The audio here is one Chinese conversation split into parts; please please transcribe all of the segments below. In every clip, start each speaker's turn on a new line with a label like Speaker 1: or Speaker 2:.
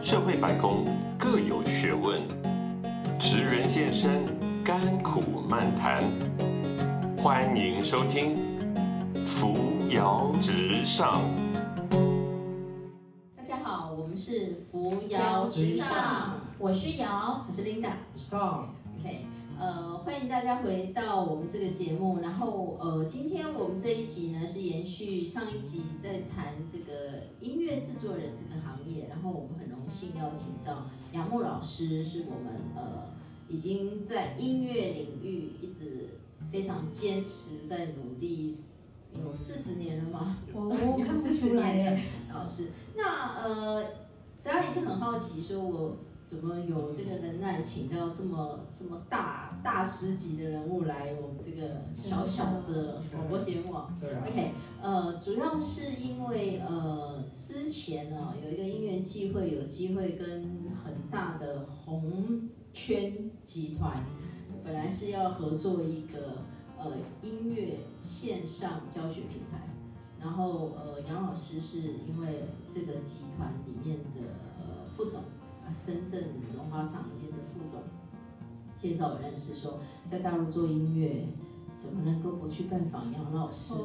Speaker 1: 社会百工各有学问，职人现身，甘苦漫谈。欢迎收听《扶摇直上》。
Speaker 2: 大家好，我们是扶摇直上，
Speaker 3: 我是瑶，
Speaker 2: 我是 Linda。
Speaker 4: 上
Speaker 2: OK，呃，欢迎大家回到我们这个节目。然后，呃，今天我们这一集呢是延续上一集在谈这个音乐制作人这个行业。然后我们很荣幸邀请到杨牧老师，是我们呃已经在音乐领域一直非常坚持在努力有四十年了吗？
Speaker 3: 我我看不出来耶，
Speaker 2: 老师，那呃，大家一定很好奇，说我怎么有这个能耐请到这么这么大大师级的人物来我们这个小小的
Speaker 3: 嗯
Speaker 2: 广播节目啊？
Speaker 4: 对啊，
Speaker 2: OK，呃，主要是因为呃，之前呢、有一个因缘际会，有机会跟很大的红圈集团，本来是要合作一个呃音乐线上教学平台，然后呃杨老师是因为这个集团里面的呃副总，啊深圳龙华厂里面的副总介绍我认识说，在大陆做音乐。怎么能够不去拜访杨老师呢？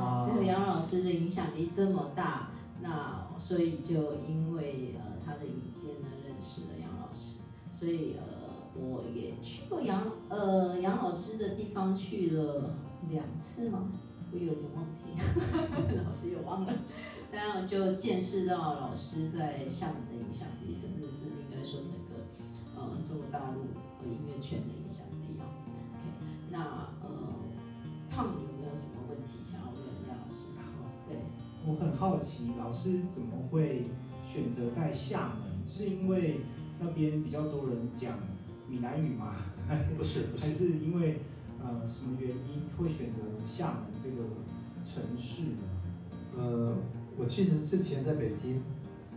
Speaker 3: 哇
Speaker 2: 这个杨老师的影响力这么大，那所以就因为呃他的引荐呢，认识了杨老师，所以呃我也去过杨呃杨老师的地方去了两次吗？我有点忘记， 老师也忘了。然后就见识到老师在厦门的影响力，甚至是应该说整个呃中国大陆呃音乐圈的影响力哦。OK，那呃，Tom 有没有什么问题想要问杨老师？对，
Speaker 4: 我很好奇，老师怎么会选择在厦门？是因为那边比较多人讲闽南语吗？
Speaker 5: 不是不
Speaker 4: 还
Speaker 5: 是，
Speaker 4: 是因为呃什么原因会选择厦门这个城市呢？
Speaker 5: 呃，我其实之前在北京，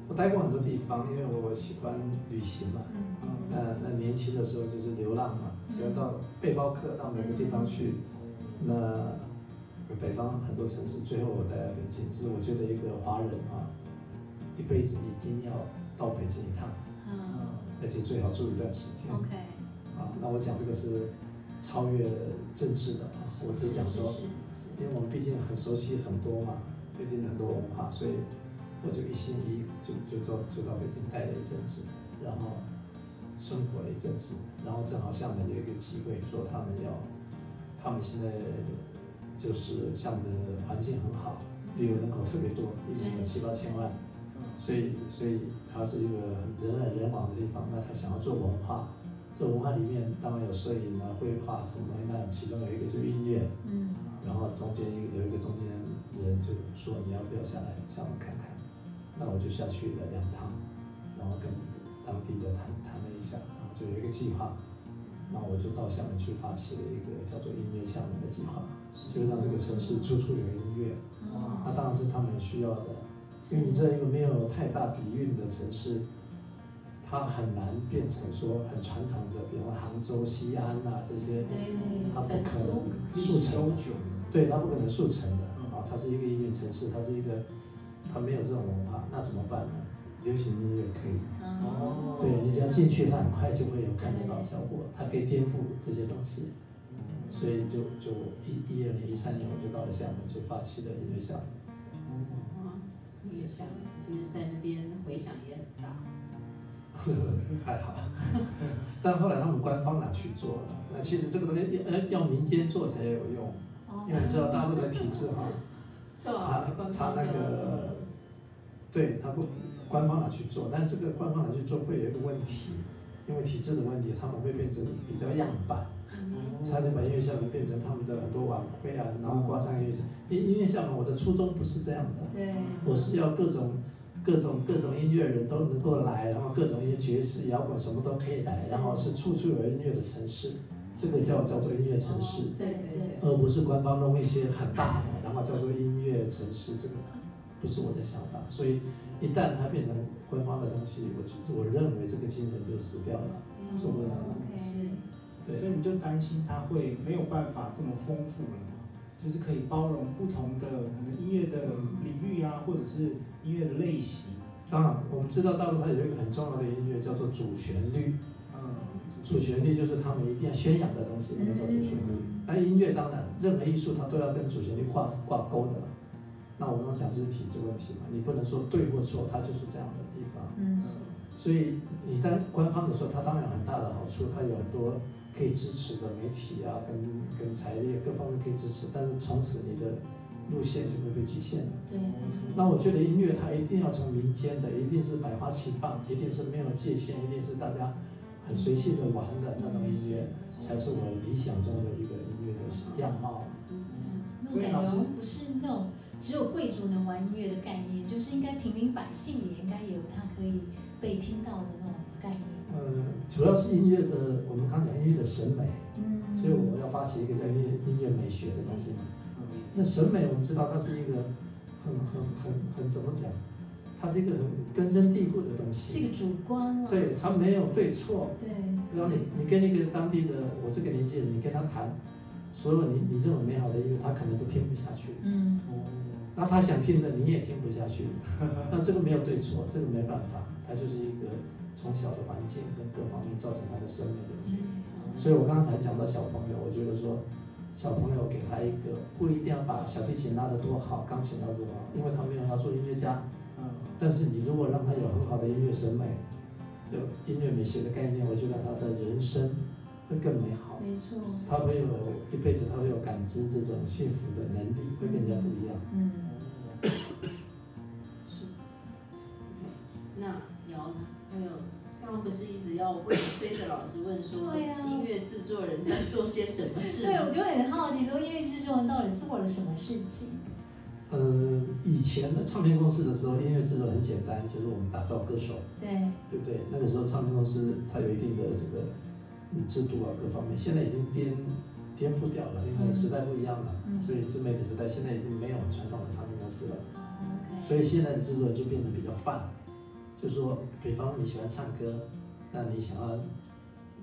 Speaker 5: 我待过很多地方，因为我喜欢旅行嘛。那那年轻的时候就是流浪嘛，喜欢到背包客到每个地方去。那北方很多城市，最后我待在北京，是我觉得一个华人啊，一辈子一定要到北京一趟，
Speaker 3: 嗯
Speaker 5: 而且最好住一段时间
Speaker 3: ，OK，
Speaker 5: 啊。那我讲这个是超越政治的啊，我只是讲说。
Speaker 2: 是
Speaker 5: 因为我们毕竟很熟悉很多嘛，北京很多文化，所以我就一心一意就就到就到北京待了一阵子，然后生活了一阵子，然后正好厦门有一个机会，说他们要，他们现在就是厦门的环境很好，旅游人口特别多，一年有七八千万，所以所以它是一个人来人往的地方，那他想要做文化。做文化里面当然有摄影啊、绘画什么东西，那其中有一个就是音乐，
Speaker 3: 嗯
Speaker 5: 然后中间一个有一个中间人就说你要不要下来厦门看看？那我就下去了两趟，然后跟当地的谈谈了一下，然后就有一个计划，那我就到厦门去发起了一个叫做“音乐厦门”的计划，就是让这个城市处处有音乐。那当然这是他们需要的，因为你这一个没有太大底蕴的城市，它很难变成说很传统的，比方杭州、西安呐、这些，
Speaker 2: 嗯
Speaker 5: 它不可能速成
Speaker 4: 悠
Speaker 5: 的。
Speaker 4: 久，
Speaker 5: 对，它不可能速成的啊，它是一个音乐城市，它是一个，它没有这种文化，那怎么办呢？流行音乐可以，
Speaker 2: 嗯
Speaker 4: 哦
Speaker 5: 对你只要进去，它很快就会有看得到的效果，它可以颠覆这些东西，所以就就一一二年、一三年我就到了厦门，就发起了音乐厦门。
Speaker 2: 嗯也想就是在那边回响也很大，
Speaker 5: 还好，但后来他们官方拿去做了。那其实这个东西要呃要民间做才有用，因为你知道大陆的体制哈，
Speaker 2: 做好
Speaker 5: 他
Speaker 2: 了官
Speaker 5: 他
Speaker 2: 方
Speaker 5: 那
Speaker 2: 就要做
Speaker 5: 个
Speaker 2: 了，
Speaker 5: 对他不呃官方拿去做，但这个官方拿去做会有一个问题，因为体制的问题，他们会变成比较样板，
Speaker 4: 嗯
Speaker 5: 他就把音乐厦门变成他们的很多晚会啊，然后挂上音乐厦音音乐厦门，我的初衷不是这样的，
Speaker 3: 对，
Speaker 5: 我是要各种各种各种音乐人都能够来，然后各种音乐爵士、摇滚什么都可以来，然后是处处有音乐的城市，这个叫叫做音乐城市，
Speaker 2: 哦对对对，
Speaker 5: 而不是官方弄一些很大的，然后叫做音乐城市，这个不是我的想法。所以一旦它变成官方的东西，我就我认为这个精神就死掉了，做不了了。
Speaker 2: 嗯
Speaker 3: ，OK，
Speaker 2: 是
Speaker 4: 所
Speaker 5: 对，
Speaker 4: 以你就担心它会没有办法这么丰富了吗？就是可以包容不同的可能音乐的领域啊，或者是音乐的类型，
Speaker 5: 当然，我们知道大陆它有一个很重要的音乐叫做主旋律，
Speaker 4: 嗯，
Speaker 5: 主旋律就是他们一定要宣扬的东西，那个叫主旋律。那音乐当然，任何艺术它都要跟主旋律挂挂钩的。那我们讲这是体制问题嘛，你不能说对或错，它就是这样的地方。
Speaker 3: 嗯，
Speaker 5: 所以你在官方的时候，它当然有很大的好处，它有很多可以支持的媒体啊，跟跟财力各方面可以支持，但是从此你的路线就会被局限了。
Speaker 3: 对，没错，
Speaker 5: 那我觉得音乐它一定要从民间的，一定是百花齐放，一定是没有界限，一定是大家很随性的玩的那种音乐，才是我理想中的一个音乐的样貌。
Speaker 3: 那种感觉好像不是那种只有贵族能玩音乐的概念，就是应该平民百姓也应该有他可以被听到的那种概念。
Speaker 5: 呃，主要是音乐的，我们刚讲音乐的审美，
Speaker 3: 嗯
Speaker 5: 所以我们要发起一个叫音乐音乐美学的东西。那审美我们知道它是一个很很很很怎么讲，它是一个很根深蒂固的东
Speaker 3: 是一
Speaker 5: 西。
Speaker 3: 个主观了。
Speaker 5: 对，它没有对错，
Speaker 3: 对，
Speaker 5: 然后你你跟一个当地的我这个年纪人，你跟他谈所有你你这种美好的音乐，他可能都听不下去。
Speaker 3: 嗯，
Speaker 4: 哦，
Speaker 5: 那他想听的你也听不 下去，那这个没有对错，这个没办法，他就是一个从小的环境跟各方面造成他的审美的。
Speaker 3: 对，
Speaker 2: 嗯
Speaker 5: 所以我刚才讲到小朋友，我觉得说小朋友给他一个不一定要把小提琴拉得多好，钢琴拉得多好，因为他没有要做音乐家，
Speaker 4: 嗯，
Speaker 5: 但是你如果让他有很好的音乐审美，有音乐美学的概念，我觉得他的人生会更美好。
Speaker 3: 没错，
Speaker 5: 他会有一辈子，他会有感知这种幸福的能力，会更加不一样。
Speaker 3: 嗯，
Speaker 2: 是。OK，那聊呢？还有，刚刚不是一直要问追着老师问说，
Speaker 3: 对啊
Speaker 2: 音乐制作人在做些什么事
Speaker 3: 对，
Speaker 2: 吗？
Speaker 3: 我就很好奇，都音乐制作人到底做了什么事情？
Speaker 5: 呃，以前的唱片公司的时候，音乐制作很简单，就是我们打造歌手，
Speaker 3: 对，
Speaker 5: 对不对？那个时候唱片公司它有一定的这个嗯制度啊，各方面，现在已经颠颠覆掉了，因为
Speaker 3: 嗯
Speaker 5: 时代不一样了，
Speaker 3: 嗯
Speaker 5: 所以自媒体时代现在已经没有传统的唱片公司了。
Speaker 3: ，OK，
Speaker 5: 所以现在的制作人就变得比较泛，就是说，比方你喜欢唱歌，那你想要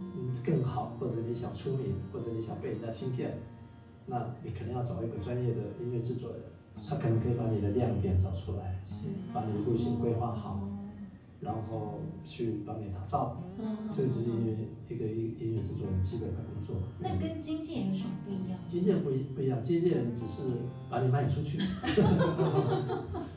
Speaker 5: 嗯更好，或者你想出名，或者你想被人家听见，那你可能要找一个专业的音乐制作人，他可能可以把你的亮点找出来，
Speaker 3: 是，
Speaker 5: 把你的路线规划好，然后去帮你打造，
Speaker 3: 嗯，
Speaker 5: 这就是音乐一个音音乐制作人基本的工作。嗯
Speaker 3: 那跟经纪人有什么不一样？
Speaker 5: 经纪人不一不一样，经纪人只是把你卖 出去，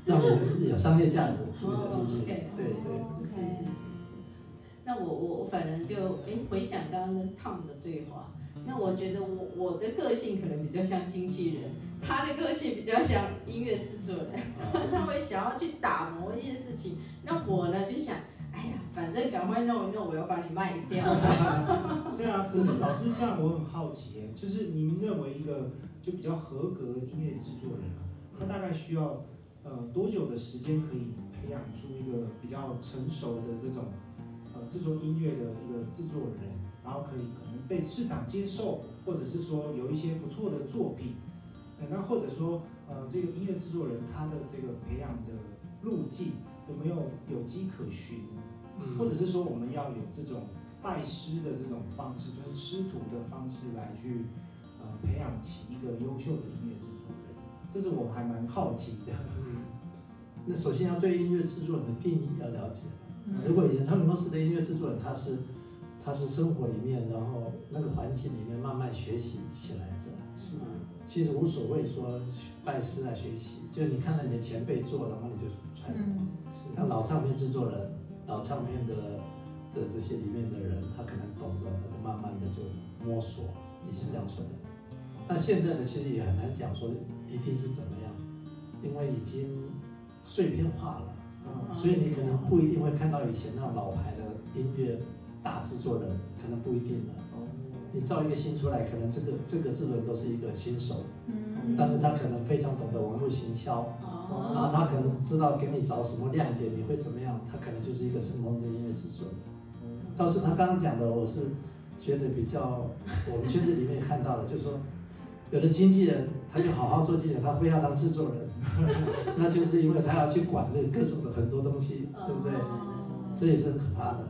Speaker 5: 让你有商业价值，这个叫经
Speaker 2: 哦
Speaker 5: 纪人。对对，
Speaker 2: 是是是是是。那我我我反正就哎回想刚刚跟 Tom 的对话，那我觉得我我的个性可能比较像经纪人，他的个性比较像音乐制作人，
Speaker 3: 哦
Speaker 5: 啊
Speaker 2: 他会想要去打磨一些事情。那我呢就想，哎呀，反正赶快弄一弄，我要把你卖掉。
Speaker 4: 对啊，可是老师这样我很好奇耶，就是您认为一个就比较合格的音乐制作人啊，他大概需要呃多久的时间可以培养出一个比较成熟的这种呃制作音乐的一个制作人，然后可以可能被市场接受，或者是说有一些不错的作品，呃那或者说呃这个音乐制作人他的这个培养的路径有没有有迹可循？或
Speaker 5: 嗯，
Speaker 4: 者是说我们要有这种拜师的这种方式，就是师徒的方式来去呃培养起一个优秀的音乐制作人，这是我还蛮好奇的。
Speaker 5: 那首先要对音乐制作人的定义要了解。
Speaker 3: 嗯
Speaker 5: 如果以前唱片公司的音乐制作人，他是他是生活里面，然后那个环境里面慢慢学习起来的，
Speaker 2: 是吗？
Speaker 5: 其实无所谓说拜师来学习，就是你看到你的前辈做，然后你就传
Speaker 3: 嗯，
Speaker 5: 像老唱片制作人、老唱片的的这些里面的人，他可能懂得，他就慢慢的就摸索，一起这样出来。那现在的其实也很难讲说一定是怎么样，因为已经碎片化了，
Speaker 4: 嗯
Speaker 5: 所以你可能不一定会看到以前那种老牌的音乐大制作人，可能不一定了。你造一个新出来，可能这个这个制作人都是一个新手，
Speaker 3: 嗯，
Speaker 5: 但是他可能非常懂得网络行销，然后
Speaker 2: 哦，
Speaker 5: 啊他可能知道给你找什么亮点，你会怎么样，他可能就是一个成功的音乐制作人。倒是他刚刚讲的，我是觉得比较我们圈子里面看到的，就是说，有的经纪人他就好好做经纪人，他非要当制作人， 那就是因为他要去管这个歌手的很多东西，对不对？这也是很可怕的。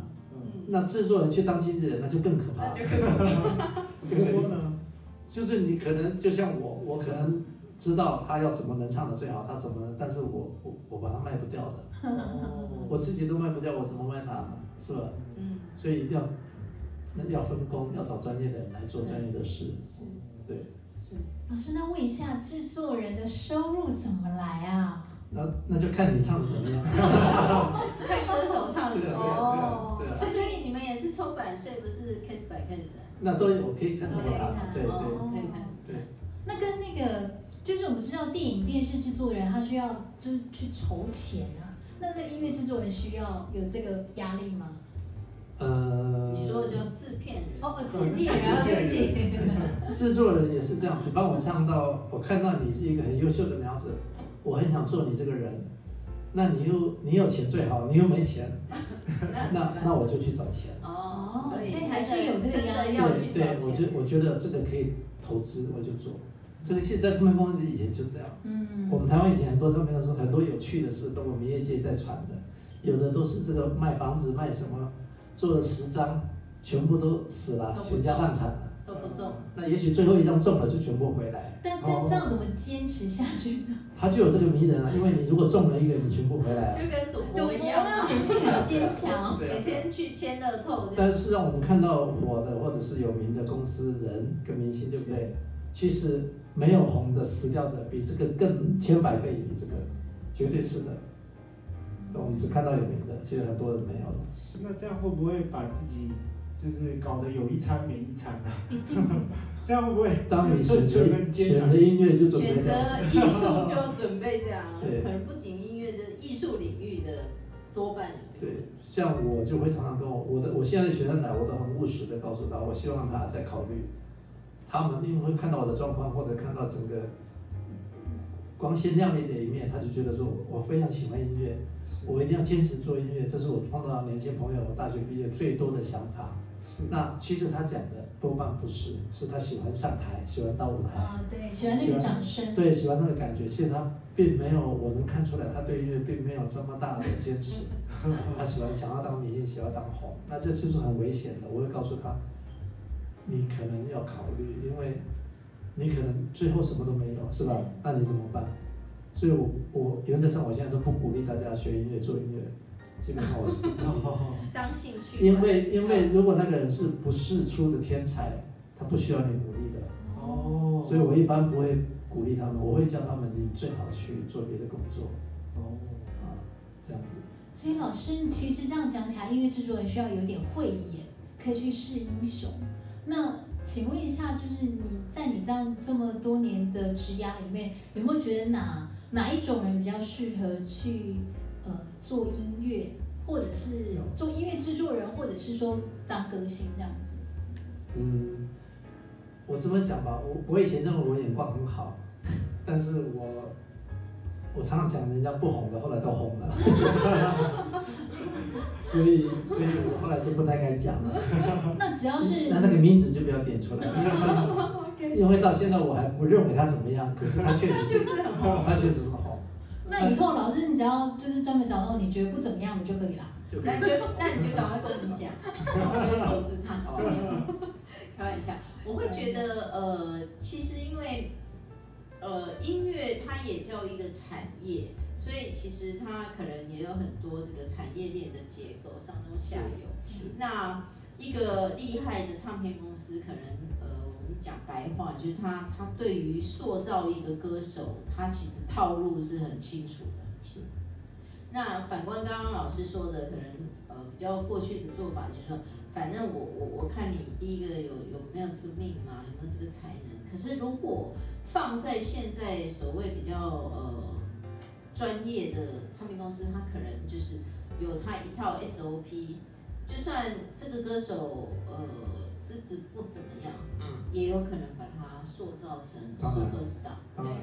Speaker 5: 那制作人去当经纪人，那就更可怕
Speaker 2: 嗯那
Speaker 5: 了
Speaker 2: 就。可以
Speaker 4: 怎么说呢？
Speaker 5: 就是你可能就像我，我可能知道他要怎么能唱的最好，他怎么，但是我我我把它卖不掉的，我自己都卖不掉，我怎么卖它？是吧？
Speaker 2: 嗯，
Speaker 5: 所以要那要分工，要找专业的人来做专业的事。
Speaker 3: 是
Speaker 5: 对，
Speaker 2: 是
Speaker 3: 老师，那问一下，制作人的收入怎么来啊？
Speaker 5: 那那就看你唱的怎么样。
Speaker 2: 看歌手唱
Speaker 5: 对啊，对
Speaker 2: 歌。
Speaker 5: 啊，
Speaker 3: 哦
Speaker 5: 对啊，对啊，
Speaker 2: 所以你们也是抽版税，不是 case by case 啊？
Speaker 5: 那都有我可以看到他嘛。对对
Speaker 2: 哦可以看。
Speaker 5: 对，
Speaker 3: 那跟那个，就是我们知道电影、电视制作人他需要就是去筹钱啊，那那个音乐制作人需要有这个压力吗？
Speaker 5: 呃，
Speaker 2: 你说的叫制片人
Speaker 3: 哦，哦，制片人啊，对不起。
Speaker 5: 制作人也是这样，比方我唱到，我看到你是一个很优秀的苗子，我很想做你这个人，那你又你有钱最好，你又没钱，
Speaker 2: 那
Speaker 5: 那那我就去找钱。
Speaker 2: 哦，所以
Speaker 3: 所以还是有这个
Speaker 2: 真
Speaker 3: 压
Speaker 2: 的
Speaker 3: 力
Speaker 2: 要
Speaker 5: 对
Speaker 2: 去找
Speaker 5: 对，我觉
Speaker 2: 钱。
Speaker 5: 我觉得这个可以投资，我就做。这个其实，在唱片公司以前就这样。
Speaker 3: 嗯
Speaker 5: 我们台湾以前很多唱片公司，很多有趣的事都我们业界在传的，有的都是这个卖房子卖什么，做了十张，全部都死了
Speaker 2: 都，不
Speaker 5: 全家
Speaker 2: 中
Speaker 5: 烂惨了。
Speaker 2: 都不中，
Speaker 5: 那也许最后一张中了，就全部回来。
Speaker 3: 但但这样怎么坚持下去？
Speaker 5: 它就有这个迷人啊，因为你如果中了一个，你全部回来啊。
Speaker 2: 就跟赌
Speaker 3: 我
Speaker 2: 博一样
Speaker 3: 那
Speaker 2: 嘛，
Speaker 3: 女性很坚强。
Speaker 5: 对
Speaker 2: 每
Speaker 5: 啊
Speaker 2: 天去签乐透这样。
Speaker 5: 但是让我们看到火的或者是有名的公司人跟明星，对不对？其实没有红的死掉的比这个更千百倍，比这个绝对是的。我们只看到有名的，其实很多人没有了。
Speaker 4: 那这样会不会把自己就是搞得有一餐没一餐啊？
Speaker 3: 一定
Speaker 4: 这样会不会
Speaker 5: 当
Speaker 4: 就
Speaker 5: 你
Speaker 4: 是生
Speaker 5: 选择
Speaker 4: 存跟艰
Speaker 5: 选
Speaker 4: 难
Speaker 5: 择？音乐就准备
Speaker 2: 选择
Speaker 5: 了，，
Speaker 2: 艺术就准备这样
Speaker 5: 对
Speaker 2: 可能不仅音乐，这艺术领域的多半有这个
Speaker 5: 对
Speaker 2: 问题。，
Speaker 5: 像我就会常常跟我我的我现在的学生来，我都很务实的告诉他，我希望他再考虑，他们因为会看到我的状况或者看到整个光鲜亮丽的一面，他就觉得说我非常喜欢音乐，我一定要坚持做音乐，这是我碰到年轻朋友大学毕业最多的想法。那其实他讲的多半不是，是他喜欢上台，喜欢到舞台。
Speaker 3: 啊，对，喜欢那个掌声。
Speaker 5: 对，喜欢那个感觉。其实他并没有，我能看出来，他对音乐并没有这么大的坚持。他喜欢想要当明星，想要当红，那这就是很危险的。我会告诉他，你可能要考虑，因为你可能最后什么都没有，是吧？那你怎么办？所以我，我原则上我现在都不鼓励大家学音乐、做音乐，基本上我是不鼓励。
Speaker 2: 当兴趣吧，
Speaker 5: 因为因为如果那个人是不世出的天才，他不需要你努力的。
Speaker 4: 哦，
Speaker 5: 所以我一般不会鼓励他们，我会叫他们你最好去做别的工作
Speaker 4: 哦，
Speaker 5: 啊，这样子。
Speaker 3: 所以老师，其实这样讲起来，音乐制作人需要有点慧眼，可以去试英雄。那请问一下，就是你在你这样这么多年的职涯里面，有没有觉得哪哪一种人比较适合去呃做音乐，或者是做音乐制作人，或者是说当歌星这样子？
Speaker 5: 嗯，我这么讲吧，我我以前认为我眼光很好，但是我我常常讲人家不红的，后来都红了， 所以所以我后来就不太敢讲了。
Speaker 3: 那只要是
Speaker 5: 那那个名字就不要点出来，因为到现在我还不认为他怎么样，可是他确实，
Speaker 2: 就是是很好。
Speaker 5: 他确实是红，
Speaker 3: 那以后老师，你只要就是专门找到你觉得不怎么样的就可以啦。
Speaker 5: 就可
Speaker 2: 那
Speaker 5: 以
Speaker 2: 你就那你就赶快跟我们讲，我就会投资他。
Speaker 5: 啊
Speaker 2: 开玩笑，我会觉得呃，其实因为呃音乐它也叫一个产业，所以其实它可能也有很多这个产业链的结构，上中下游。那一个厉害的唱片公司，可能呃，我们讲白话，就是它它对于塑造一个歌手，它其实套路是很清楚的。
Speaker 5: 是。
Speaker 2: 那反观刚刚老师说的，可能呃比较过去的做法就是说，反正我我我看你第一个有有没有这个命嘛，有没有这个才能。可是如果放在现在所谓比较呃专业的唱片公司，它可能就是有它一套 SOP，就算这个歌手呃资质不怎么样，
Speaker 5: 嗯，
Speaker 2: 也有可能把它塑造成
Speaker 5: 当然
Speaker 2: super star。
Speaker 5: 当然。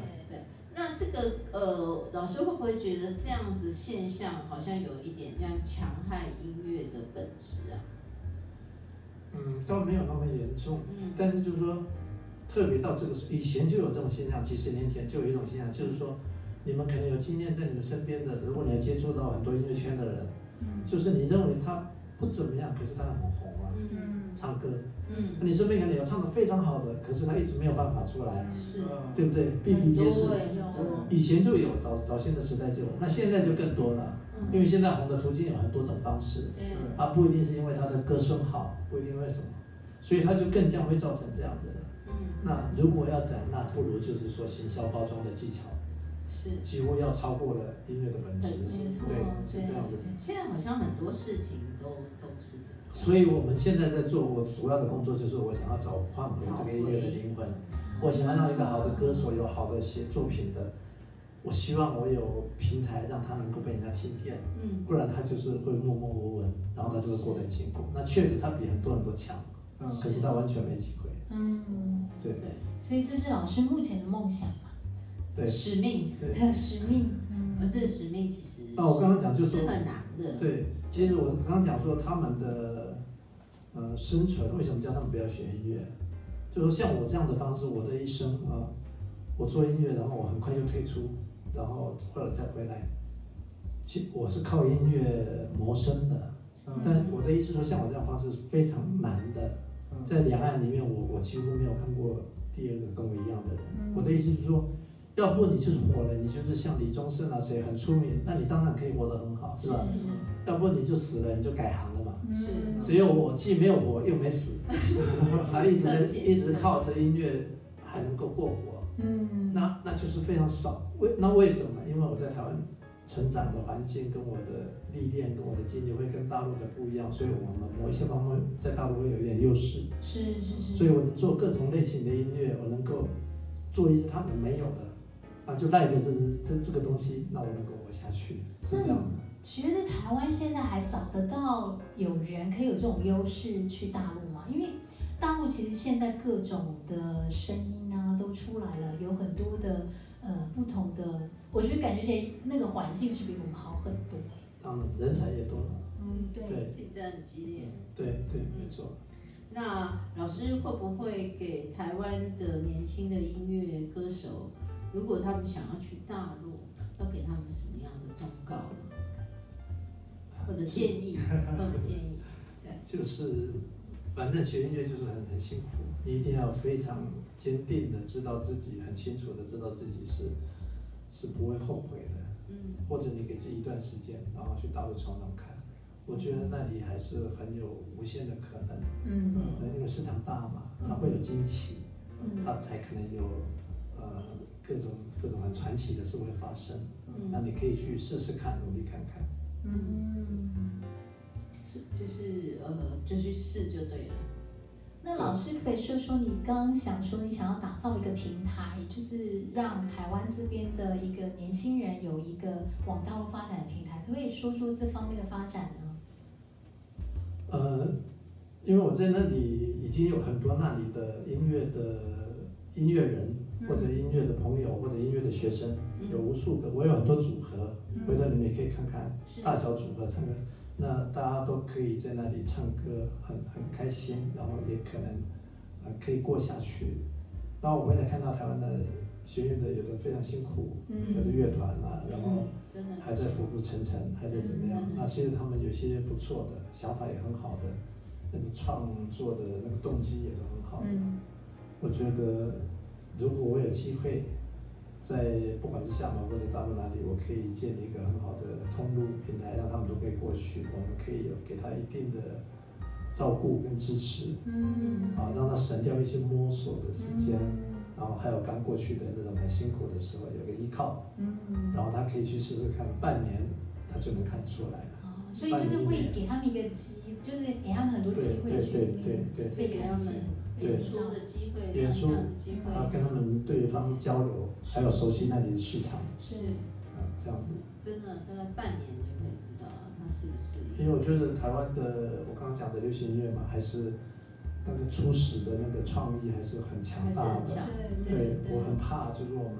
Speaker 2: 那这个呃，老师会不会觉得这样子现象好像有一点这样强害音乐的本质啊？
Speaker 5: 嗯，倒没有那么严重，
Speaker 2: 嗯，
Speaker 5: 但是就是说，特别到这个时候以前就有这种现象，几十年前就有一种现象，就是说，你们可能有经验在你们身边的，如果你要接触到很多音乐圈的人，
Speaker 3: 嗯
Speaker 5: 就是你认为他不怎么样，可是他很红啊，
Speaker 2: 嗯
Speaker 6: 嗯
Speaker 5: 唱歌。
Speaker 2: 嗯，
Speaker 5: 你身边可能有唱的非常好的，可是他一直没有办法出来，
Speaker 2: 是
Speaker 5: 对不对？比比
Speaker 2: 很
Speaker 5: 皆
Speaker 2: 多
Speaker 5: 是。
Speaker 2: 哎，很多，
Speaker 5: 以前就有，早早先的时代就有，那现在就更多了，
Speaker 2: 嗯
Speaker 5: 因为现在红的途径有很多种方式，
Speaker 2: 对，
Speaker 5: 啊，不一定是因为他的歌声好，不一定为什么，所以他就更将会造成这样子的。
Speaker 2: 嗯
Speaker 5: 那如果要讲，那不如就是说行销包装的技巧，
Speaker 2: 是。
Speaker 5: 几乎要超过了音乐的
Speaker 2: 嗯
Speaker 5: 本质，
Speaker 2: 本质哦
Speaker 5: 对，是
Speaker 3: 对
Speaker 5: 这样子。
Speaker 2: 现在好像很多事情都都是这样，
Speaker 5: 所以我们现在在做，我主要的工作就是我想要找换回这个音乐的灵魂，我想要让一个好的歌手有好的写作品的，我希望我有平台让他能够被人家听见，
Speaker 2: 嗯，
Speaker 5: 不然他就是会默默无闻，然后他就会过得很辛苦。那确实他比很多人都强，
Speaker 4: 嗯
Speaker 5: 可是他完全没机会。
Speaker 3: 嗯，
Speaker 5: 对
Speaker 3: 所以这是老师目前的梦想嘛，
Speaker 5: 对
Speaker 2: 使命，
Speaker 5: 对
Speaker 3: 还有使命，
Speaker 2: 而
Speaker 3: 嗯
Speaker 2: 这个使命其实
Speaker 5: 那我刚刚讲就是说
Speaker 2: 很难的，
Speaker 5: 对，其实我刚刚讲说他们的呃生存，为什么叫他们不要学音乐？就说像我这样的方式，我的一生啊、呃我做音乐，然后我很快就退出，然后后来再回来。其实我是靠音乐谋生的，但我的意思说，像我这样方式是非常难的。
Speaker 4: 嗯
Speaker 5: 在两岸里面我，我几乎没有看过第二个跟我一样的人。
Speaker 3: 嗯
Speaker 5: 我的意思是说，要不你就是火了，你就是像李宗盛啊，谁很出名，那你当然可以活得很好，是吧？
Speaker 2: 嗯
Speaker 5: 要不你就死了，你就改行了嘛。
Speaker 3: 嗯
Speaker 2: 是
Speaker 5: 只有我既没有活又没死，他一直在一直靠着音乐还能够过活，
Speaker 3: 嗯，
Speaker 5: 那那就是非常少。为那为什么？因为我在台湾成长的环境跟我的历练跟我的经历会跟大陆的不一样，所以我们某一些方面在大陆会有一点优势。
Speaker 3: 是是是，
Speaker 5: 所以我能做各种类型的音乐，我能够做一些他们没有的，啊，就带着这这这个东西，那我能够活下去，是这样的。
Speaker 3: 觉得台湾现在还找得到有人可以有这种优势去大陆吗？因为大陆其实现在各种的声音啊都出来了，有很多的呃不同的，我觉得感觉起来那个环境是比我们好很多。
Speaker 5: 当然，人才也多了，
Speaker 3: 嗯，对，
Speaker 5: 对
Speaker 2: 竞争很激烈。
Speaker 5: 对对，没错。
Speaker 2: 那老师会不会给台湾的年轻的音乐歌手，如果他们想要去大陆，要给他们什么样的忠告呢？或者建议，或者建议，
Speaker 5: 就是反正学音乐就是很很辛苦，你一定要非常坚定的知道自己，很清楚的知道自己是是不会后悔的。
Speaker 2: 嗯
Speaker 5: 或者你给自己一段时间，然后去大陆闯闯看，我觉得那里还是很有无限的可能。
Speaker 3: 嗯
Speaker 5: 呃，因为市场大嘛，它会有惊奇，
Speaker 3: 嗯
Speaker 5: 它啊才可能有呃各种各种很传奇的事会发生。那
Speaker 2: 嗯，
Speaker 5: 你可以去试试看，努力看看。
Speaker 3: 嗯。
Speaker 2: 是就是呃，就去试就对了。
Speaker 3: 那老师可不可以说说你刚刚想说你想要打造一个平台，就是让台湾这边的一个年轻人有一个往大陆发展的平台，可不可以说说这方面的发展呢？
Speaker 5: 呃，因为我在那里已经有很多那里的音乐的音乐人，
Speaker 3: 嗯
Speaker 5: 或者音乐的朋友，或者音乐的学生，有无数个。我有很多组合，回头你们也可以看看
Speaker 2: 是
Speaker 5: 大小组合唱歌。那大家都可以在那里唱歌，很很开心，然后也可能呃可以过下去。然后我回来看到台湾的学院的有的非常辛苦，
Speaker 3: 嗯
Speaker 5: 有的乐团啊，然后
Speaker 2: 嗯，真的
Speaker 5: 还在浮浮沉沉，还在怎么样
Speaker 2: 嗯？
Speaker 5: 那其实他们有些不错的想法也很好的，那个创作的那个动机也都很好。
Speaker 3: 嗯
Speaker 5: 我觉得如果我有机会，在不管是厦门或者大陆哪里，我可以建立一个很好的通路平台，让他们都可以过去，我们可以有给他一定的照顾跟支持
Speaker 3: 嗯
Speaker 5: 啊，让他省掉一些摸索的时间，
Speaker 3: 嗯
Speaker 5: 然后还有刚过去的那种很辛苦的时候有个依靠。
Speaker 3: 嗯，
Speaker 5: 然后他可以去试试看，半年他就能看出来了。
Speaker 3: 哦所以就是会给他们一个机，就是给他们很多
Speaker 5: 对
Speaker 3: 机会
Speaker 5: 对
Speaker 3: 去
Speaker 5: 对对对，
Speaker 2: 对给他们演出的机会，亮相的机
Speaker 5: 然后
Speaker 2: 会，
Speaker 5: 跟他们对方交流，还有熟悉那里的市场，
Speaker 2: 是
Speaker 5: 啊，这样子。
Speaker 2: 真的大概半年就可以知道他是不是
Speaker 5: 因为我觉得台湾的我刚刚讲的流行音乐嘛，还是那个初始的那个创意还是很强
Speaker 2: 还是
Speaker 5: 大
Speaker 2: 很
Speaker 5: 的。
Speaker 2: 强。
Speaker 3: 对
Speaker 2: 对
Speaker 5: 对，我很怕就是我们，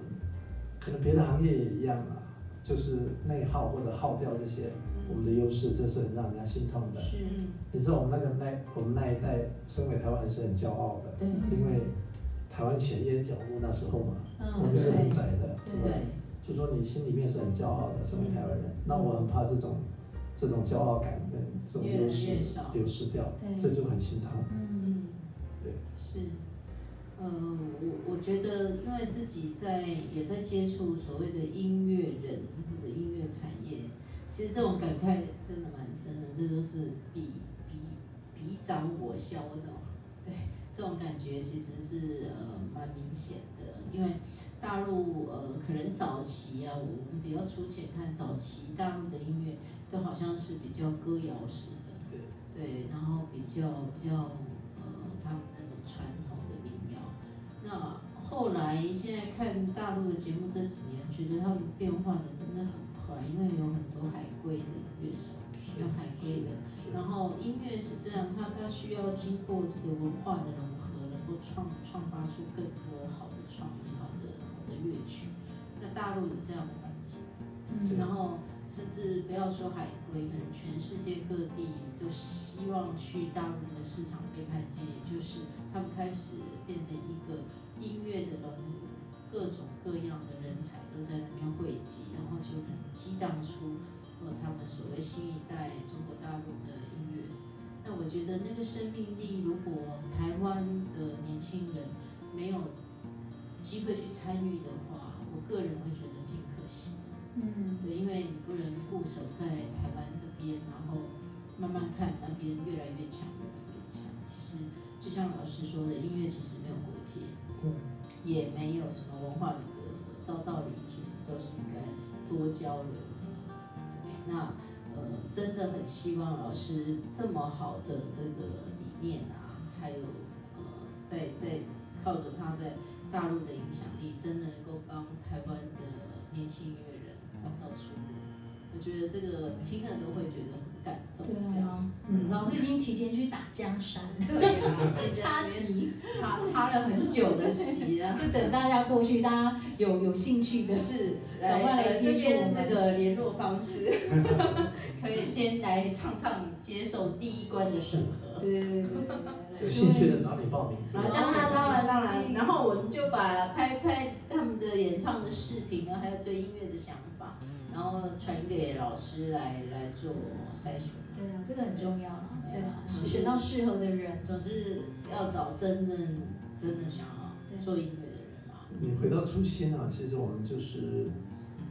Speaker 5: 可能别的行业也一样啊，就是内耗或者耗掉这些我们的优势，这是很让人家心痛的。
Speaker 3: 是
Speaker 2: 嗯，
Speaker 5: 你知道我们那个那我们那一代，身为台湾人是很骄傲的，
Speaker 2: 对
Speaker 5: 因为台湾前烟角路那时候嘛，我
Speaker 3: 嗯
Speaker 5: 们是很窄的，
Speaker 3: 对
Speaker 5: 是吧
Speaker 2: 对，
Speaker 5: 就
Speaker 2: 嗯
Speaker 5: 说你心里面是很骄傲的，身为台湾人。那我很怕这种这种骄傲感跟这种
Speaker 2: 越来
Speaker 5: 优势
Speaker 2: 越少
Speaker 5: 丢失掉，
Speaker 3: 对
Speaker 5: 这就很心痛。
Speaker 3: 嗯，
Speaker 2: 嗯，
Speaker 5: 对，
Speaker 2: 是，呃，我我觉得，因为自己在也在接触所谓的音乐人或者音乐产业，其实这种感慨真的蛮深的，这都是比比比长我消的哦，对，这种感觉其实是呃蛮明显的，因为大陆呃可能早期啊，我们比较粗浅看早期大陆的音乐都好像是比较歌谣式的，
Speaker 5: 对，
Speaker 2: 对，然后比较比较呃，他们那种传统的民谣。那后来现在看大陆的节目这几年，觉得他们变化的真的很快，因为有很多海归的乐手，
Speaker 5: 是
Speaker 2: 有海归的，
Speaker 5: 是
Speaker 2: 然后音乐是这样，它它需要经过这个文化的融合，能够创创发出更多好的创意、好的好的乐曲。那大陆有这样的环境。
Speaker 3: 嗯
Speaker 2: 然后呃甚至不要说海归，可能全世界各地都希望去大陆的市场被看见，也就是他们开始变成一个音乐的龙骨，各种各样的人才都在那边汇集，然后就能激荡出呃他们所谓新一代中国大陆的音乐。那我觉得那个生命力，如果台湾的年轻人没有机会去参与的话，我个人会觉得挺可惜的。
Speaker 3: 嗯，
Speaker 2: 对，因为你不能固守在台湾这边，然后慢慢看那边越来越强，越来越强。其实就像老师说的，音乐其实没有国界，
Speaker 4: 对，
Speaker 2: 也没有什么文化的隔阂。照道理，其实都是应该多交流的。对，那呃，真的很希望老师这么好的这个理念啊，还有呃，在在靠着他在大陆的影响力，真的能够帮台湾的年轻音乐人找到出路。我觉得这个听了都会觉得很感动。这
Speaker 3: 对
Speaker 2: 样，
Speaker 3: 啊，
Speaker 2: 嗯
Speaker 3: 嗯，老师已经提前去打江山，
Speaker 2: 对啊，这个
Speaker 3: 插旗，
Speaker 2: 插插了很久 的旗啊。
Speaker 3: 就等大家过去，大家有有兴趣的，
Speaker 2: 是，
Speaker 3: 赶快来
Speaker 2: 呃
Speaker 3: 接
Speaker 2: 这
Speaker 3: 触我
Speaker 2: 边
Speaker 3: 们
Speaker 2: 这个联络方 式，可以先来唱唱，接受第一关的审核。
Speaker 3: 对对对对
Speaker 5: 有
Speaker 3: 对，
Speaker 5: 兴趣的找你报名。
Speaker 2: 啊，当然，当然，当然。然后我们就把拍拍他们的演唱的视频啊，还有对音乐的想法，
Speaker 5: 嗯
Speaker 2: 然后传给老师来来做筛选。
Speaker 3: 对啊，这个很重要啊，对啊，
Speaker 2: 嗯
Speaker 3: 选到适合的人，
Speaker 2: 总是要找真正真的想要
Speaker 3: 对
Speaker 2: 做音乐的人嘛。
Speaker 5: 你回到初心啊，其实我们就是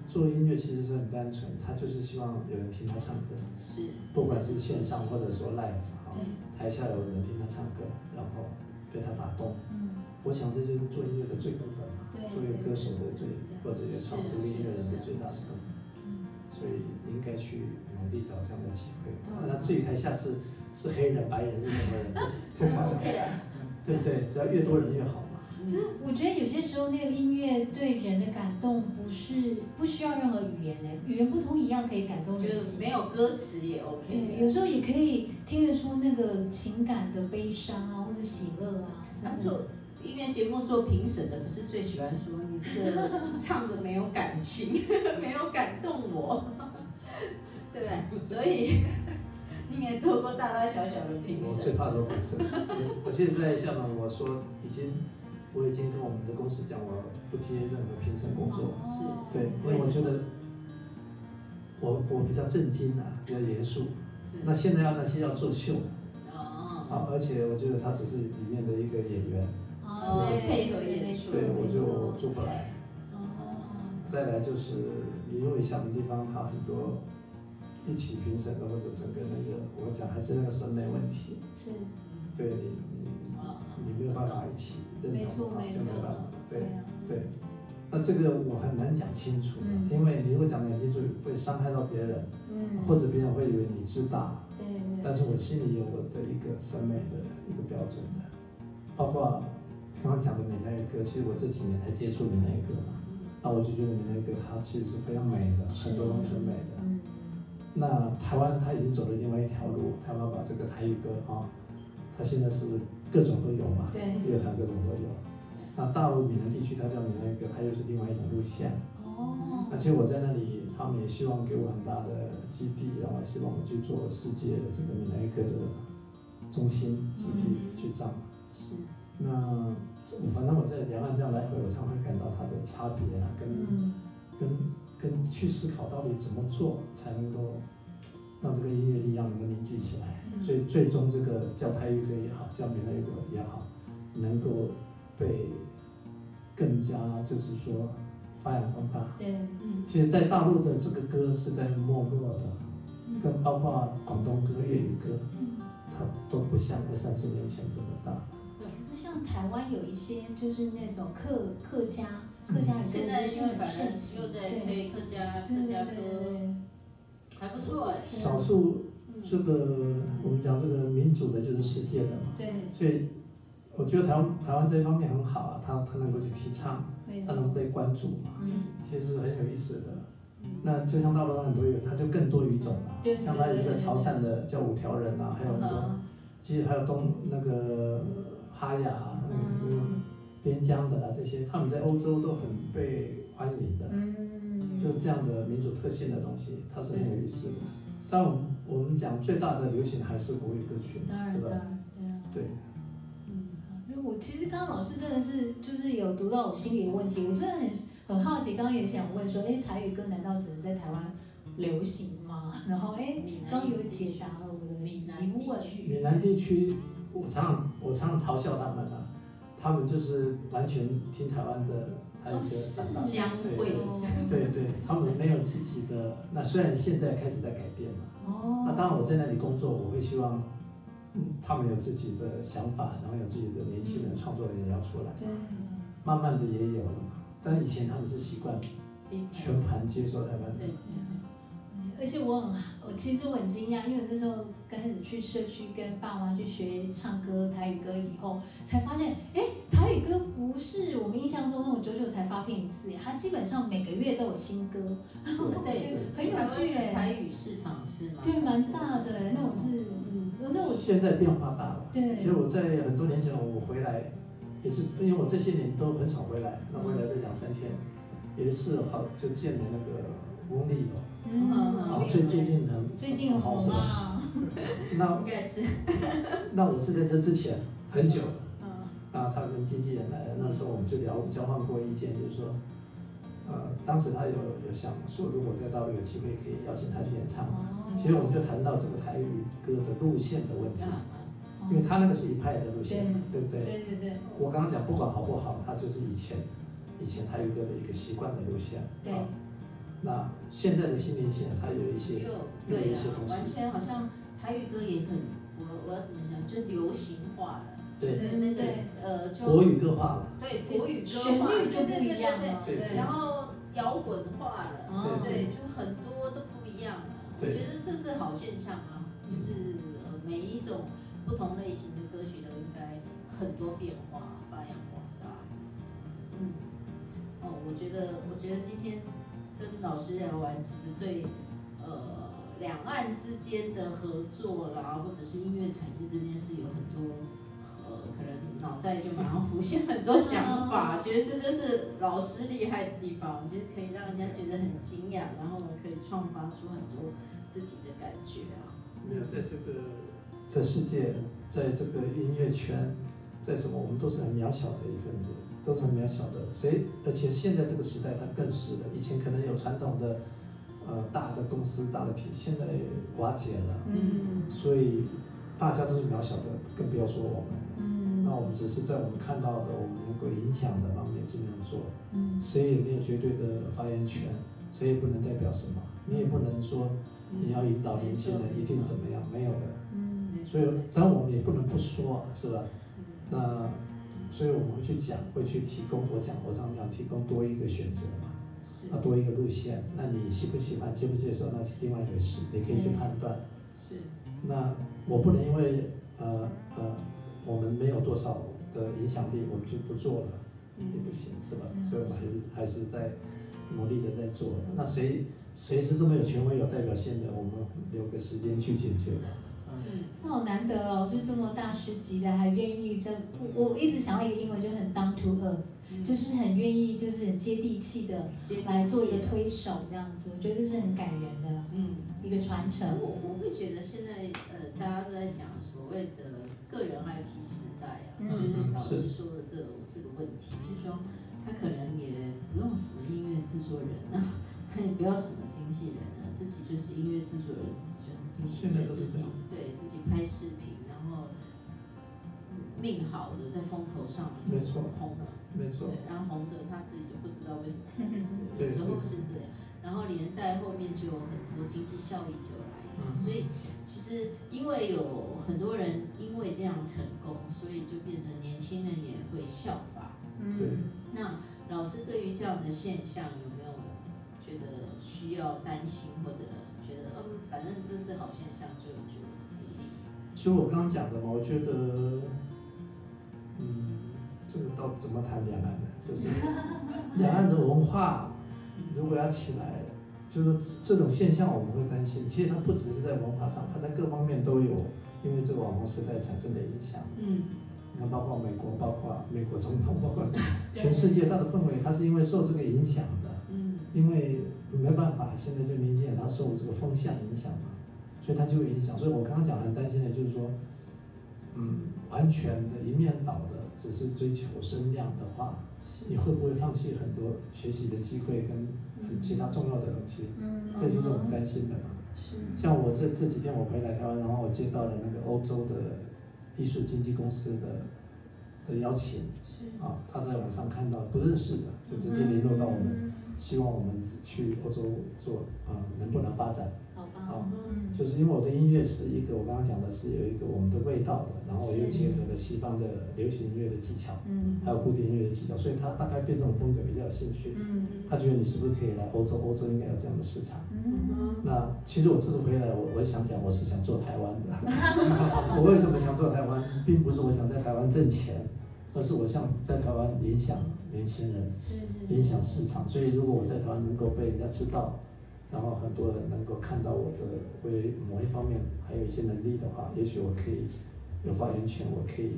Speaker 5: 做音乐，其实是很单纯，他就是希望有人听他唱歌，
Speaker 2: 是，嗯
Speaker 5: 不管是线上或者说 live 啊，
Speaker 3: 对，
Speaker 5: 台下有人听他唱歌，然后被他打动。
Speaker 3: 嗯，
Speaker 5: 我想这就是做音乐的最根本嘛，
Speaker 3: 对
Speaker 5: 作为歌手的最或者也创作
Speaker 2: 是
Speaker 5: 音乐人的最大的
Speaker 2: 是
Speaker 5: 动力，
Speaker 3: 嗯
Speaker 5: 所以应该去努力找这样的机会。
Speaker 3: 对
Speaker 5: 那他至于台下是是黑人、白人是什么人， 这个
Speaker 2: OK 啊。
Speaker 5: 对不对？只要越多人越好嘛。
Speaker 3: 其实我觉得有些时候那个音乐对人的感动不是不需要任何语言的，语言不通一样可以感动
Speaker 2: 就
Speaker 3: 人
Speaker 2: 是
Speaker 3: 心。
Speaker 2: 没有歌词也 OK
Speaker 3: 对，
Speaker 2: 的。
Speaker 3: 有时候也可以听得出那个情感的悲伤啊，或者喜乐啊。
Speaker 2: 他
Speaker 3: 真的
Speaker 2: 做音乐节目做评审的，不是最喜欢说你这个唱的没有感情，没有感动我，对不对？所以你也做过大大小小的评
Speaker 5: 我最
Speaker 2: 审，
Speaker 5: 怕做评审。 我记得在厦门，我说已经，我已经跟我们的公司讲，我不接任何评审工作。
Speaker 3: 哦
Speaker 5: 对，因为我觉得我我比较震惊啊，比较严肃。
Speaker 2: 是
Speaker 5: 那现在要那些要作秀
Speaker 2: 哦，
Speaker 5: 啊，而且我觉得他只是里面的一个演员，
Speaker 3: 哦，对
Speaker 2: 配合演出
Speaker 5: 所以我就
Speaker 3: 没
Speaker 5: 我
Speaker 3: 错
Speaker 5: 做不
Speaker 3: 哦
Speaker 5: 来。再来就是，因为厦门地方它很多一起评审的或者整个那个，我讲还是那个审美问题，
Speaker 3: 是
Speaker 5: 对你你
Speaker 2: 哦
Speaker 5: 你没有办法一起认
Speaker 3: 没
Speaker 5: 同
Speaker 3: 错
Speaker 5: 的话
Speaker 3: 没
Speaker 5: 就
Speaker 3: 错
Speaker 5: 没有办法，对。
Speaker 3: 啊，
Speaker 5: 对，那这个我很难讲清楚，
Speaker 3: 嗯
Speaker 5: 因为你如果讲得很清楚，会伤害到别人，
Speaker 3: 嗯，
Speaker 5: 或者别人会以为你自大。
Speaker 3: 对对
Speaker 5: 但是我心里有我的一个审美的一个标准的，包括刚刚讲的闽南语歌，其实我这几年才接触闽南语歌嘛，那我就觉得闽南语歌它其实是非常美的，
Speaker 3: 是
Speaker 5: 很多东西很美的。
Speaker 3: 嗯，
Speaker 5: 那台湾它已经走了另外一条路，台湾把这个台语歌啊，它现在是各种都有嘛，
Speaker 3: 对
Speaker 5: 乐团各种都有。那大陆闽南地区，它叫闽南语歌，它又是另外一种路线。
Speaker 3: 哦，
Speaker 5: 而且我在那里，他们也希望给我很大的基地，然后希望我去做世界这个闽南语歌的中心基地
Speaker 2: 嗯
Speaker 5: 去站。
Speaker 2: 是
Speaker 5: 那这反正我在两岸这样来回，我常会感到它的差别啊，跟
Speaker 3: 嗯，
Speaker 5: 跟跟去思考到底怎么做才能够让这个音乐力量能够凝聚起来，所以最终这个叫台语歌也好，叫闽南语歌也好，能够被更加就是说发扬光大。
Speaker 3: 对，
Speaker 2: 嗯
Speaker 5: 其实，在大陆的这个歌是在没落的，跟包括广东歌、粤语歌，
Speaker 2: 嗯，
Speaker 5: 它都不像二三十年前这么大。
Speaker 3: 可是像台湾有一些就是那种客客家客家语歌，
Speaker 2: 嗯现在
Speaker 3: 就是
Speaker 2: 因为
Speaker 3: 很
Speaker 2: 反正
Speaker 3: 盛行
Speaker 2: 又在
Speaker 3: 对
Speaker 2: 推客家
Speaker 3: 对
Speaker 2: 客
Speaker 3: 对
Speaker 2: 家
Speaker 3: 对
Speaker 2: 歌，
Speaker 3: 对
Speaker 2: 还不错哎，
Speaker 5: 少数
Speaker 2: 嗯
Speaker 5: 这个我们讲这个民主的，就是世界的嘛，
Speaker 3: 对，
Speaker 5: 所以我觉得台湾台湾这方面很好啊，它它能够去提倡，
Speaker 3: 没
Speaker 5: 它能
Speaker 3: 错，
Speaker 5: 被关注嘛，
Speaker 2: 嗯
Speaker 5: 其实很有意思的
Speaker 2: 嗯。
Speaker 5: 那就像大陆很多语，它就更多语种了，
Speaker 3: 对对
Speaker 5: 像它有一
Speaker 3: 对
Speaker 5: 个
Speaker 3: 对
Speaker 5: 潮汕的叫五条人啊，还有很多
Speaker 2: 嗯
Speaker 5: 其实还有东那个哈雅啊、嗯、
Speaker 2: 嗯
Speaker 5: 边疆的啊这些，他们在欧洲都很被欢迎的。
Speaker 3: 嗯，
Speaker 5: 就这样的民主特性的东西，它是很有意思的。但我们我们讲最大的流行还是国语歌曲
Speaker 3: 当
Speaker 5: 嘛，
Speaker 3: 然
Speaker 5: 是
Speaker 3: 当
Speaker 5: 吧？
Speaker 3: 然，对啊。
Speaker 5: 对，
Speaker 3: 就我其实刚刚老师真的是就是有读到我心里的问题，我真的很很好奇，刚刚也想问说，哎，台语歌难道只能在台湾流行吗？然后哎，
Speaker 2: 闽南
Speaker 3: 刚
Speaker 2: 语
Speaker 3: 有解答了我的疑
Speaker 2: 闽南地
Speaker 3: 问，
Speaker 2: 区，
Speaker 5: 闽南地区，我常常我常常嘲笑他们啊，他们就是完全听台湾的台语
Speaker 3: 哦
Speaker 5: 歌
Speaker 3: 是
Speaker 5: 长大的。
Speaker 2: 江
Speaker 5: 对
Speaker 2: 蕙
Speaker 5: 对对，他们没有自己的。那虽然现在开始在改变了。那
Speaker 3: 哦，
Speaker 5: 当然，我在那里工作，我会希望，嗯，他们有自己的想法，然后有自己的年轻
Speaker 3: 嗯
Speaker 5: 人、创作人也要出来，
Speaker 3: 对，
Speaker 5: 慢慢的也有了嘛。但以前他们是习惯
Speaker 2: 地区
Speaker 5: 全盘接受台湾 的
Speaker 2: 对，
Speaker 3: 而且我很我其实我很惊讶，因为我那时候刚开始去社区跟爸妈去学唱歌台语歌以后，才发现，哎，台语歌不是我们印象中那种久久才发片一次，它基本上每个月都有新歌。
Speaker 2: 对
Speaker 5: 对
Speaker 3: 很有趣耶
Speaker 2: 台语市场是吗？
Speaker 3: 对，啊蛮大的，那我是，嗯，那我
Speaker 5: 现在变化大了。
Speaker 3: 对
Speaker 5: 其实我在很多年前我回来，也是因为我这些年都很少回来，那回来这两三天，有一次好就见了那个翁立
Speaker 3: 啊
Speaker 5: 友，
Speaker 2: 嗯
Speaker 5: 然后最最近很
Speaker 3: 最近
Speaker 5: 好
Speaker 3: 红啊
Speaker 5: 是吧？
Speaker 3: 嘛，
Speaker 5: 那
Speaker 2: 应该是，
Speaker 5: 那我是在这之前很久了。
Speaker 2: 嗯
Speaker 5: 那他跟经纪人来了，那时候我们就聊交换过意见，就是说，呃，当时他有有想说，如果在大陆有机会，可以邀请他去演唱。
Speaker 3: 哦
Speaker 5: 其实我们就谈到这个台语歌的路线的问题，
Speaker 2: 嗯
Speaker 5: 因为他那个是一派的路线，对不对？
Speaker 3: 对对对
Speaker 5: 我刚刚讲不管好不好，他就是以前以前台语歌的一个习惯的路线。
Speaker 3: 对
Speaker 5: 啊那现在的新年轻人，他有一些
Speaker 2: 又
Speaker 5: 有
Speaker 2: 对
Speaker 5: 一些
Speaker 2: 啊，
Speaker 5: 东西
Speaker 2: 完全好像台语歌也很，我我要怎么讲，就流行化了。
Speaker 5: 对
Speaker 2: 对那
Speaker 3: 对
Speaker 2: 个呃，就
Speaker 5: 国语歌化了，
Speaker 2: 对
Speaker 3: 对，
Speaker 2: 国语歌
Speaker 3: 旋
Speaker 2: 化对
Speaker 3: 律就
Speaker 2: 对
Speaker 3: 不
Speaker 2: 对
Speaker 3: 一样
Speaker 2: 对
Speaker 3: 了，
Speaker 5: 对
Speaker 2: 对，然后摇滚化了，
Speaker 3: 哦
Speaker 2: 对，就很多都不一样了。啊我
Speaker 5: 对
Speaker 2: 觉得这是好现象啊，就是呃每一种不同类型的歌曲都应该很多变化，发扬光大这样子。嗯，哦，我觉得我觉得今天跟老师聊完，其实对呃两岸之间的合作啦，或者是音乐产业这件事有很多。呃，可能脑袋就马上浮现很多想法，觉得这就是老师厉害的地方，就是可以让人家觉得很惊讶，然后可以创发出很多自己的感觉啊。
Speaker 5: 没有在这个这世界，在这个音乐圈，在什么，我们都是很渺小的一份子，都是很渺小的。谁？而且现在这个时代，它更是了。以前可能有传统的，呃，大的公司、大的体，现在瓦解了，
Speaker 3: 嗯
Speaker 5: 所以大家都是渺小的，更不要说我们。
Speaker 3: 嗯
Speaker 5: 那我们只是在我们看到的、我们能够影响的方面尽量做，
Speaker 3: 嗯
Speaker 5: 谁也没有绝对的发言权，谁也不能代表什么，你也不能说你要引导年轻人一定怎么样，没有的。
Speaker 3: 嗯
Speaker 2: 没错
Speaker 5: 所以
Speaker 2: 没，错
Speaker 5: 当然我们也不能不说啊，是吧？
Speaker 2: 嗯
Speaker 5: 那所以我们会去讲，会去提供我讲，我常讲提供多一个选择嘛，
Speaker 2: 是
Speaker 5: 啊，多一个路线。那你喜不喜欢，接不接受，那是另外一回事，你可以去判断。
Speaker 2: 是，
Speaker 5: 那我不能因为呃呃我们没有多少的影响力，我们就不做了，
Speaker 2: 嗯
Speaker 5: 也不行，是吧？
Speaker 3: 嗯
Speaker 5: 所以我们还是还是在努力的在做。那谁谁是这么有权威、有代表性的，我们留个时间去解决吧。
Speaker 2: 嗯
Speaker 3: 那好难得哦，老师这么大师级的，还愿意这，我我一直想要一个英文，就很 down to earth，
Speaker 2: 嗯
Speaker 3: 就是很愿意，就是很接地气的
Speaker 2: 接地气
Speaker 3: 来做一个推手这样子，我觉得这是很感人的
Speaker 2: 嗯。
Speaker 3: 一个传承。
Speaker 2: 我我会觉得现在呃，大家都在讲所谓的个人 IP 时代啊，
Speaker 3: 嗯
Speaker 2: 就是老师
Speaker 5: 是
Speaker 2: 说的这个这个问题，就是说他可能也不用什么音乐制作人啊， 嘿，不要什么经纪人了，自己就是音乐制作人，自己就是经纪
Speaker 5: 现在
Speaker 2: 人，
Speaker 5: 都是
Speaker 2: 自己
Speaker 5: 嗯这样
Speaker 2: 对自己拍视频，然后命好的在风头上了就
Speaker 5: 没错
Speaker 2: 红了，
Speaker 5: 没错
Speaker 2: 对，，然后红的他自己都不知道为什么，
Speaker 5: 对
Speaker 2: 有时候是这样，然后连带后面就有很多经济效益就来了，
Speaker 5: 嗯
Speaker 2: 所以其实因为有很多人因为这样成功，所以就变成年轻人也会效法。
Speaker 5: 对
Speaker 3: 嗯，
Speaker 2: 那老师对于这样的现象有没有觉得需要担心，或者觉得嗯，反正这是好现象，就就鼓励？
Speaker 5: 其实我刚刚讲的嘛，我觉得，嗯，这个到怎么谈两岸呢？就是两岸的文化如果要起来，就是说这种现象我们会担心。其实它不只是在文化上，它在各方面都有，因为这个网红时代产生的影响。
Speaker 2: 嗯，
Speaker 5: 你看，包括美国，包括美国总统，包括全世界它的氛围，它是因为受这个影响的。
Speaker 2: 嗯
Speaker 5: 因为没办法，现在就年轻人他受这个风向影响嘛，所以他就会影响。所以我刚刚讲很担心的就是说，嗯，完全的一面倒的，只是追求声量的话，
Speaker 2: 是
Speaker 5: 你会不会放弃很多学习的机会跟其他重要的东西？
Speaker 3: 嗯，
Speaker 5: 这就是我们担心的嘛。
Speaker 3: 是，
Speaker 5: 像我这这几天我回来台湾，然后我接到了那个欧洲的艺术经纪公司的的邀请，
Speaker 3: 是
Speaker 5: 啊，他在网上看到不认识的，就直接联络到我们。
Speaker 3: 嗯
Speaker 5: 希望我们去欧洲做啊、呃能不能发展？
Speaker 3: 好吧
Speaker 5: 好，
Speaker 3: 嗯，
Speaker 5: 就是因为我的音乐是一个我刚刚讲的是有一个我们的味道的，然后我又
Speaker 3: 是
Speaker 5: 结合了西方的流行音乐的技巧，
Speaker 3: 嗯
Speaker 5: 还有古典音乐的技巧，所以他大概对这种风格比较有兴趣。
Speaker 3: 嗯
Speaker 5: 他觉得你是不是可以来欧洲？欧洲应该有这样的市场。
Speaker 3: 嗯
Speaker 5: 那其实我这次回来，我我想讲，我是想做台湾的。 我为什么想做台湾，并不是我想在台湾挣钱，而是我想在台湾影响年轻人。
Speaker 3: 是是
Speaker 5: 影响市场。所以如果我在台湾能够被人家知道，然后很多人能够看到我的为某一方面还有一些能力的话，也许我可以有发言权，我可以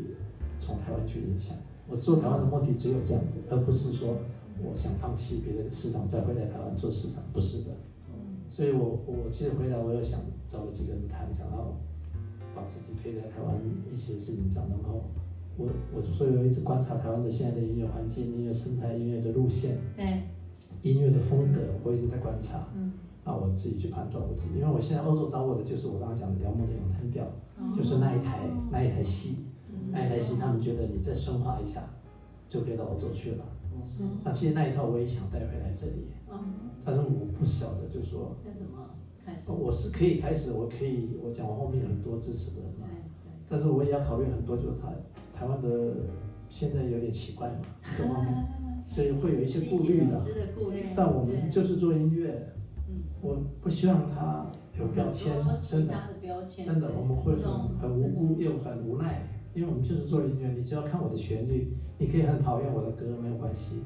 Speaker 5: 从台湾去影响。我做台湾的目的只有这样子，而不是说我想放弃别的市场再回来台湾做市场，不是的。所以我我其实回来我有想找了几个人谈，想要把自己推在台湾一些事情上，然后我我所以我一直观察台湾的现在的音乐环境、音乐生态、音乐的路线、
Speaker 3: 对，
Speaker 5: 音乐的风格，我一直在观察。
Speaker 3: 嗯，
Speaker 5: 那我自己去判断我自己，因为我现在欧洲找我的就是我刚刚讲的辽木的咏叹调，
Speaker 2: 嗯
Speaker 5: 就是那一台那一台戏，那一台戏他们觉得你再深化一下，就可以到欧洲去了。
Speaker 2: 是，
Speaker 5: 那其实那一套我也想带回来这里，
Speaker 2: 嗯，
Speaker 5: 但是我不晓得，就是说哦
Speaker 2: 要怎么开始？
Speaker 5: 我是可以开始，我可以我讲我后面有很多支持的人嘛
Speaker 2: 对，对，
Speaker 5: 但是我也要考虑很多，就是台台湾的现在有点奇怪嘛，各方面， 所以会有一些顾虑
Speaker 2: 理解老
Speaker 5: 的。
Speaker 2: 师的顾虑，
Speaker 5: 但我们就是做音乐，
Speaker 2: 嗯，
Speaker 5: 我不希望它有标签
Speaker 2: 很多，
Speaker 5: 真
Speaker 2: 其
Speaker 5: 的
Speaker 2: 他的标签，
Speaker 5: 真的
Speaker 2: 对
Speaker 5: 我们会
Speaker 2: 不懂
Speaker 5: 很很无辜又很无奈，因为我们就是做音乐，你只要看我的旋律，你可以很讨厌我的歌没有关系，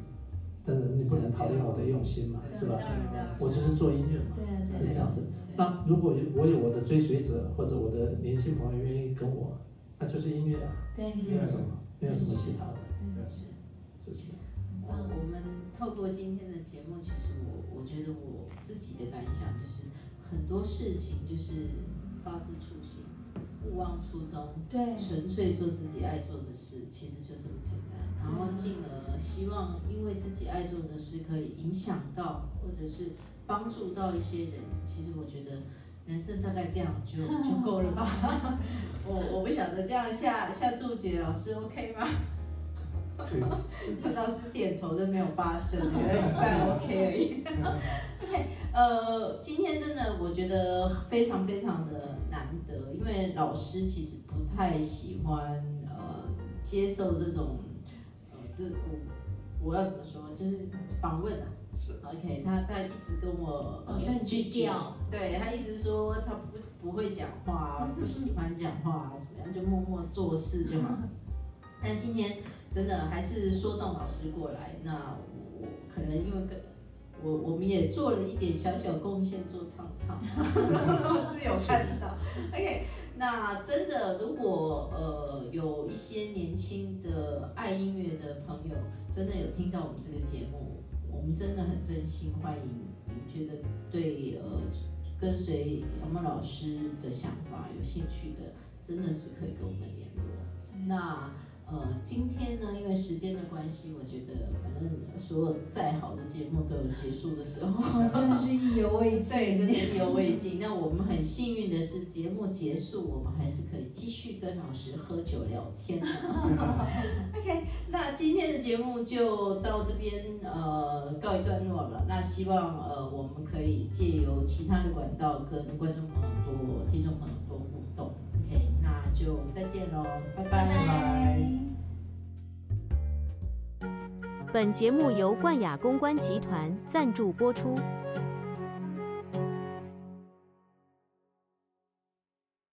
Speaker 5: 但是你不能讨厌我的用心嘛，是吧
Speaker 3: 当？然的，
Speaker 5: 我就是做音乐嘛。
Speaker 3: 对
Speaker 5: 是
Speaker 3: 对
Speaker 5: 这样子。
Speaker 2: 对
Speaker 5: 那如果有我有我的追随者或者我的年轻朋友愿意跟我，那就是音乐啊，
Speaker 3: 对，嗯
Speaker 5: 没有什么，没有什么其他的，
Speaker 2: 是
Speaker 5: 就是
Speaker 2: 呃，我们透过今天的节目，其实我我觉得我自己的感想就是，很多事情就是发自初心，勿忘初衷，
Speaker 3: 对
Speaker 2: 纯粹做自己爱做的事，其实就这么简单。然后进而希望，因为自己爱做的事可以影响到，或者是帮助到一些人。其实我觉得人生大概这样就就够了吧。 我我不晓得这样下下注解老师 OK 吗？
Speaker 5: 可以。
Speaker 2: 老师点头都没有发声，觉得一半 OK 而已。对，呃，今天真的我觉得非常非常的难得，因为老师其实不太喜欢呃接受这种呃这我我要怎么说，就是访问啊。OK，他他一直跟我呃
Speaker 3: 哦所以你
Speaker 2: 拒
Speaker 3: 低
Speaker 2: 绝
Speaker 3: 调，
Speaker 2: 对他一直说他不不会讲话，啊不喜欢讲话，啊怎么样就默默做事 就好。但今天真的还是说动老师过来，那我可能因为跟我我们也做了一点小小贡献，做唱唱，啊 老师有看到。OK，那真的如果呃有一些年轻的爱音乐的朋友，真的有听到我们这个节目，我们真的很真心欢迎你觉得对呃跟随杨梦老师的想法有兴趣的，真的是可以跟我们联络。那呃，今天呢，因为时间的关系，我觉得反正所有再好的节目都有结束的时候，
Speaker 3: 哦，真的是意犹未尽，
Speaker 2: 对，真的意犹未尽。那我们很幸运的是，节目结束，我们还是可以继续跟老师喝酒聊天。OK，那今天的节目就到这边呃告一段落了。那希望呃我们可以借由其他的管道跟观众朋友多、听众朋友多互动。OK，那就再见喽，
Speaker 3: 拜拜。
Speaker 6: 本节目由冠雅公关集团赞助播出。